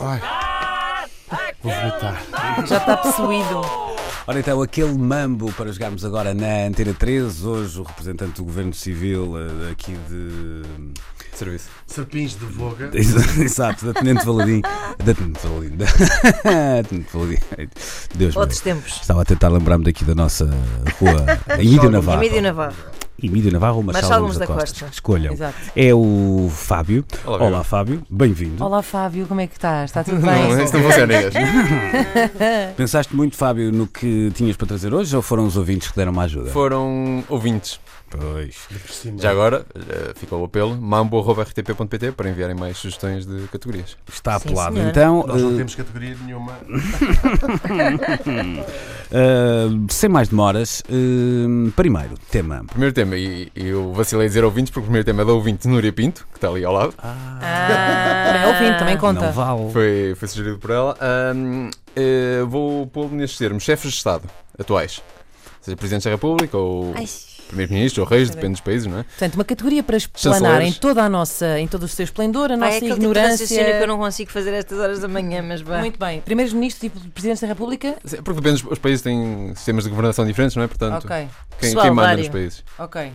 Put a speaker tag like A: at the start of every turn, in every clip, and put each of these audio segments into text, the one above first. A: Ai.
B: Ah.
A: Vou vomitar.
C: Já está possuído.
A: Ora então, aquele mambo para jogarmos agora na Antena 13, hoje o representante do Governo Civil eh, aqui de.
D: Serviço.
E: Serpins de voga.
A: Exato, da Tenente Valadim. Da Tenente Valadim. Da Tenente Valadim. Deus meu.
C: Outros tempos.
A: Estava a tentar lembrar-me daqui da nossa rua Emílio Navarro.
C: Emílio Navarro.
A: Emílio Navarro ou Machado Gomes da Costa. Escolham.
C: Exato.
A: É o Fábio.
D: Olá,
A: Olá, Fábio. Bem-vindo.
C: Olá Fábio, como é que estás? Está tudo
D: Não, é
C: bem?
D: isso não funciona, gajo.
A: Pensaste muito, Fábio, no que tinhas para trazer hoje ou foram os ouvintes que deram uma ajuda?
D: Foram ouvintes.
A: Pois.
D: Já agora, eh, fica o apelo, mambo.rtp.pt para enviarem mais sugestões de categorias.
A: Está
C: Sim,
A: apelado.
C: senhora.
A: Então,
E: Nós não
A: eh,
E: temos categoria nenhuma.
A: eh, sem mais demoras, eh, primeiro, tema.
D: Primeiro tema, e e eu vacilei a dizer ouvintes, porque o primeiro tema é da ouvinte Núria Pinto, que está ali ao lado.
B: É
C: Também ouvindo, também
A: Não
C: conta.
A: vale.
D: Foi, foi sugerido por ela. Ahm, eh, vou pô-lo nestes termos: chefes de Estado atuais. Seja Presidente da República ou
C: Ai.
D: Primeiro-Ministro ou Reis, depende dos países, não é?
C: Portanto, uma categoria para explanar em toda a nossa, em todo o seu esplendor, a
B: Pá, é
C: nossa
B: aquele tipo de raciocínio que eu
C: ignorância.
B: não consigo fazer a estas horas da manhã, mas vá.
C: Muito bem. Primeiros ministros e presidentes da República?
D: Porque depende, os países têm sistemas de governação diferentes, não é? Portanto,
C: Ok,
D: quem,
B: Pessoal,
D: quem manda
B: vário.
D: nos países?
C: ok.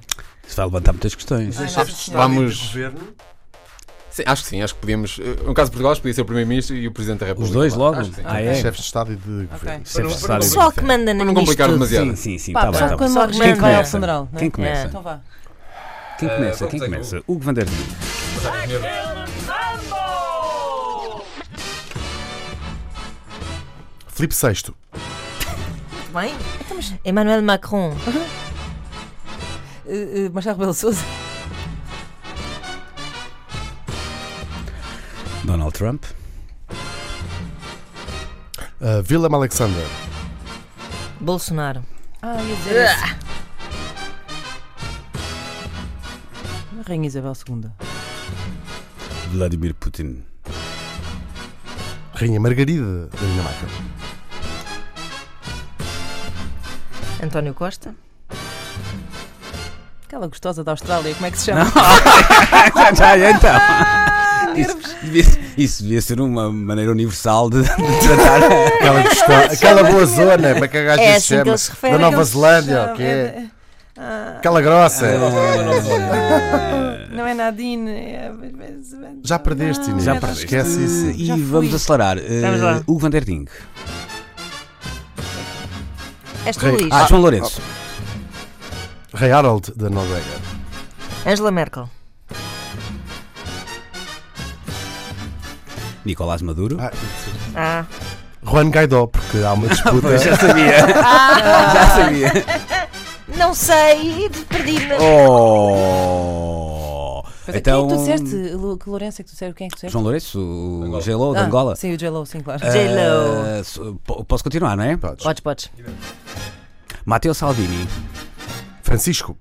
A: Isso vai levantar muitas questões.
E: Mas
C: não.
E: sabes de Estado e de
D: Vamos-
E: Governo.
D: Sim, acho que sim, acho que podíamos. eh, No caso de Portugal, acho que podia ser o Primeiro-Ministro e o Presidente da República.
A: Os dois
D: Claro,
A: logo?
D: acho que sim.
A: Ah, é?
F: Chefes de Estado e de governo.
A: Chefes de
E: Para não-
A: Estado e
B: Pessoal que
A: Governo.
B: manda na
D: Para não complicar
B: tudo.
D: demasiado.
A: Sim, sim, sim.
C: Pá,
A: Tá bem,
C: pessoal,
A: tá
C: quando
A: bem.
C: morre
B: Quem
C: gente vai ao
B: começa?
C: funeral. não é?
A: Quem começa?
C: Então vá.
A: Quem começa?
D: Eh,
A: Quem
D: vamos
A: começa? Hugo Van der Dien.
F: Filipe VI.
B: Muito bem. então, Emmanuel Macron.
C: Uh, uh, Machado Rebelo de Sousa.
A: Donald Trump.
F: Uh, Willem Alexander.
B: Bolsonaro.
C: Ah, ia dizer isso. Rainha Isabel II.
A: Vladimir Putin.
F: Rainha Margarida da Dinamarca.
B: António Costa.
C: Aquela gostosa da Austrália, como é que se chama?
A: já, já, já, então. Isso devia, isso devia ser uma maneira universal de, de tratar.
F: Aquela, gosto- aquela boa zona, para que a gaja
B: É
F: se
B: assim que
F: chama.
B: ele se refere,
F: da
B: que
F: Nova
B: ele se
F: Zelândia,
C: chama,
F: ok?
C: é
F: Aquela grossa.
C: Não é Nadine, é.
F: Já perdeste, Inês.
A: Já perdeste.
F: Esquece isso.
A: E
C: Já fui.
A: vamos acelerar.
B: Vamos lá.
A: Uh, Hugo Van der Ding.
B: Esta
F: Rei.
B: Luís.
A: Ah, João Lourenço.
F: Rei Harold da Noruega.
B: Angela Merkel.
A: Nicolás Maduro.
F: Ah,
B: Ah.
F: Juan Guaidó, porque há uma disputa.
A: Pois, já sabia.
F: Ah.
A: já sabia.
B: Não sei, perdi-me.
A: Oh. Então,
C: Quem é que tu disseste? Lu- Que Lourenço é que tu disseste? Quem é que tu disseste? Ah,
A: João Lourenço, o Gelo de Angola. Ah,
C: Sim, o J-Lo, sim, claro.
B: Ah. J-Lo.
A: Eh, so- po- posso continuar, não é?
F: Podes.
B: Podes, podes.
A: Matteo Salvini.
F: Francisco.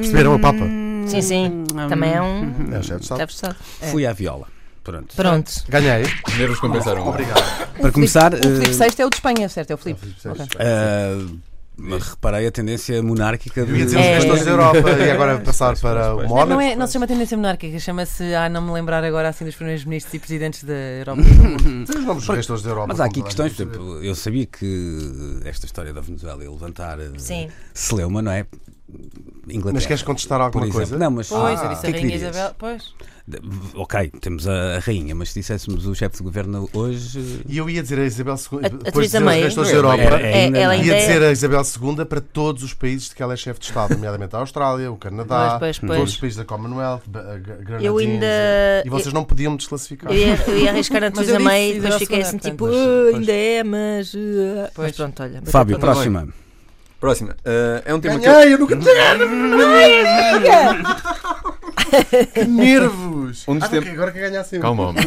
F: Perceberam o Papa?
B: Sim, sim. Também é um.
F: É o chefe de Estado.
B: Deve estar.
A: Eh, Fui à viola. Pronto.
B: Pronto.
F: Ganhei.
D: Primeiros compensaram. Obrigado.
A: Para começar,
C: O Filipe
A: eh,
C: VI é o de Espanha, certo? É o Filipe.
F: Ah,
C: Ok.
A: Uh, mas reparei a tendência monárquica
F: Eu ia dizer os
B: É.
F: gastões da Europa e agora passar para o
C: Não,
F: Mónaco.
C: não é, não se chama tendência monárquica, chama-se. Ah, não me lembrar agora assim dos primeiros ministros e presidentes da Europa. e do mundo.
F: Os nomes dos gastões da Europa.
A: Mas há aqui
F: como eh,
A: questões, por
F: toda a gente sabe.
A: exemplo, eu sabia que esta história da Venezuela ia levantar eh,
B: Sim.
A: celeuma, não é? Inglaterra.
F: Mas queres contestar
A: por
F: alguma
A: exemplo.
F: coisa?
A: Não, mas
C: Pois,
A: Ah,
C: eu disse
A: o
C: a
A: que é que
C: Rainha
A: dirias?
C: Isabel. Pois.
A: De- Ok, temos a, a rainha, mas se dissessemos o chefe de governo hoje.
F: E eu ia dizer a Isabel II,
B: A- a Theresa
F: depois de dizer os
B: May.
F: gastões da
D: É,
F: Europa,
A: era-
B: É,
A: ainda
B: ela
A: não.
B: ainda
F: ia dizer
B: é.
F: a Isabel II para todos os países de que ela é chefe de Estado, nomeadamente a Austrália, o Canadá,
B: Pois, pois,
F: todos
B: pois.
F: os países da Commonwealth, Ba- a Gra- Granadines.
B: Eu ainda.
F: E vocês não podiam me desclassificar.
B: Eu ia, eu ia arriscar a
C: Mas eu
B: Teresa
C: disse
B: May e depois
C: Isabel
B: fiquei assim
C: Segunda,
B: tipo,
C: portanto,
B: "Ah,
C: pois.
B: ainda é, mas. ah." Mas pronto, olha.
A: Fábio,
D: Também.
A: próxima.
D: Próxima. Eh, é um tema que.
F: Ganhei, eu nunca Que nervos!
D: Um dos
F: Ah, não,
D: tempos-
F: que agora que ganhassem
D: Calma, homem.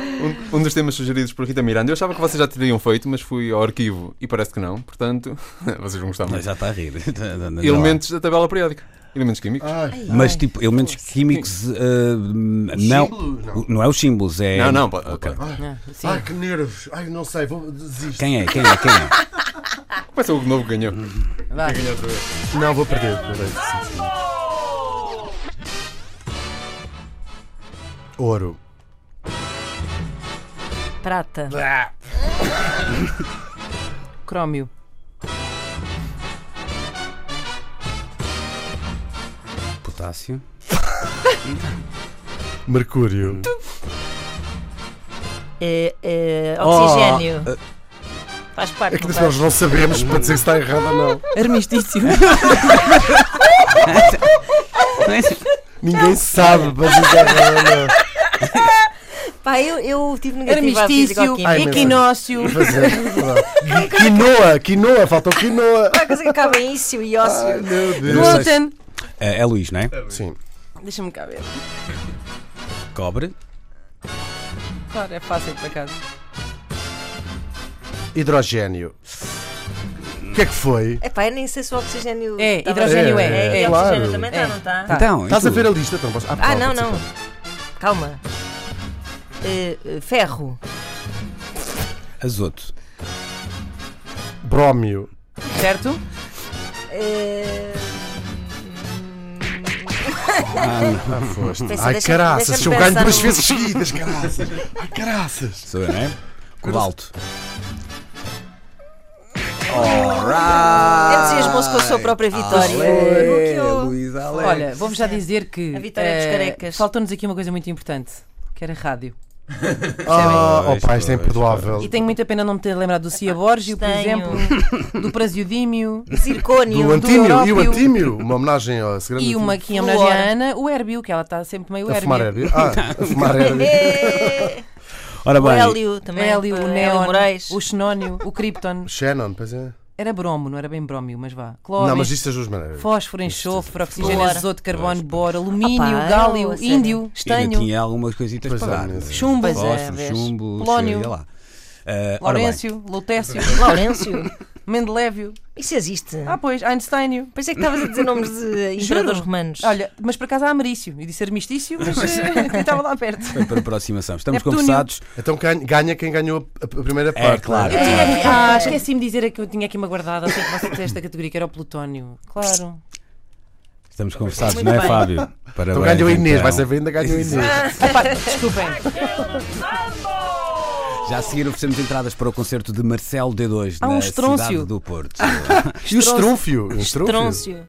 D: um, um dos temas sugeridos por Rita Miranda. Eu achava que vocês já teriam feito, mas fui ao arquivo e parece que não. Portanto, vocês vão gostar
A: Mas
D: mais.
A: já está a rir. Tá,
D: Elementos da tabela periódica. Elementos químicos.
F: Ai,
A: Mas tipo, elementos químicos. eh, não,
F: símbolos? Não.
A: o- não é os símbolos, é.
D: Não, não, pode-
A: Ok.
C: Ah, sim.
F: ai, que nervos! Ai, não sei, vou desistir.
A: Quem é? Quem é? Quem é?
D: Começa o novo que ganhou.
C: Vá.
F: Não, vou perder. Vou perder. Ouro.
B: Prata.
C: Crómio.
A: Potássio.
F: Mercúrio.
B: eh, eh,
F: Oh.
B: oxigênio.
F: É
B: Faz parte.
F: Aqui
B: não
F: nós
B: faz?
F: não sabemos para dizer se está errado ou não.
C: Armistício.
F: É Ninguém sabe para dizer se está errado ou não.
B: Pá, eu, eu tive negativo à
C: Armistício.
B: física-química.
F: Ai, meu Deus.
C: Equinócio.
F: Pois é, verdade. Quinoa, quinoa, faltou quinoa.
B: Qualquer coisa que acaba em ício e
F: Ai,
B: ócio.
F: meu Deus.
C: Glúten.
A: É, é Luís, não é?
F: Sim.
B: Deixa-me cá ver.
A: Cobre.
C: Claro, é fácil por acaso.
F: Hidrogênio. O que é que foi?
B: Epá, eu nem sei se o oxigênio.
C: É,
B: tava-
C: hidrogênio é,
B: É,
C: é,
B: e o
F: claro.
B: oxigênio também está, não está?
C: Tá.
A: Então, e
F: Estás a
A: tu?
F: ver a lista? Então, posso-
B: Ah,
F: pode
B: não,
F: ser.
B: não. Calma. Eh, eh, ferro.
A: Azoto.
F: Brómio.
C: Certo?
B: Eh,
A: Ah, não.
F: Ah, foste.
B: Pensa,
F: Ai,
B: deixa-
F: caraças,
B: deixa-me
F: eu ganho
B: pensar
F: duas
B: no-
F: vezes seguidas, caraças. Ai, caraças.
A: Sou eu, não é? Cobalto. Ora!
B: Entusiasmou-se com a sua própria
F: Ah,
B: vitória. No que eu-
A: Ah, Luís, ale.
C: Olha, vamos já dizer que.
B: É. A vitória dos
C: eh,
B: carecas.
C: Faltou-nos aqui uma coisa muito importante, que era rádio.
F: Ah,
A: Pois,
F: opa, isto é
A: pois,
F: imperdoável.
C: E tenho muita pena não me ter lembrado do Cia Borgio, por
B: Tenho.
C: exemplo, do Prasiodímio
B: Zircónio.
F: Do Antímio, e o
C: Európio.
F: Antímio, uma homenagem ao esse grande
C: um e uma
F: Antímio.
C: aqui em homenagem
B: Flor.
C: à Ana, o Herbio, que ela está sempre meio
F: A fumar
C: Herbio.
F: Herbie. Ah, a
C: É.
F: fumar Herbie.
B: Eh,
F: Tá
A: Ora
B: O
A: bem,
B: Hélio
C: O
B: também. eh,
C: Hélio, o
B: Hélio
C: Neon,
B: É, Moraes.
C: o Xenónio, o Krypton.
F: Shannon, pois é.
C: Era bromo, não era bem brómio, mas vá. Clóvis,
F: Não, mas isto é as duas maneiras.
C: fósforo, enxofre, oxigênio,
B: Bora.
C: azoto, carbono, boro, alumínio,
B: Opa, eu,
C: gálio,
B: a sério.
C: índio,
A: ainda
C: estanho,
A: tinha algumas coisitas
F: Pois
A: para
F: é,
A: dar.
F: mas-
C: chumbo,
B: Pois é,
A: Fósforo,
B: vês.
A: chumbo,
C: Polónio.
A: sei lá. Ah, ora bem,
C: Laurêncio, Lutécio,
B: Laurêncio.
C: Mendelévio.
B: Isso existe.
C: Ah, pois, Einsteinio.
B: Pensei que estavas a dizer nomes de imperadores romanos.
C: Olha, mas por acaso há Amarício. E disse armistício, mas eh, estava lá perto.
A: foi para aproximação. Estamos
C: Neptúnio.
A: conversados.
F: Então ganha- ganha quem ganhou a a primeira
A: É,
F: parte.
A: claro.
F: não é?
C: Ah, esqueci-me de dizer que eu tinha aqui uma guardada. Sei que você tem esta categoria, que era o Plutónio. Claro.
A: Estamos conversados,
C: Muito
A: não é,
C: bem.
A: Fábio? Parabéns,
F: Então ganhou a Inês,
A: então.
F: vai saber, ainda ganhou a Inês.
C: Epá, desculpem.
A: Já a seguir oferecemos entradas para o concerto de Marcelo D2
C: Há um
A: na
C: estrôncio.
A: cidade do Porto.
F: E o estrúnfio? O estrúnfio?
B: Trôncio.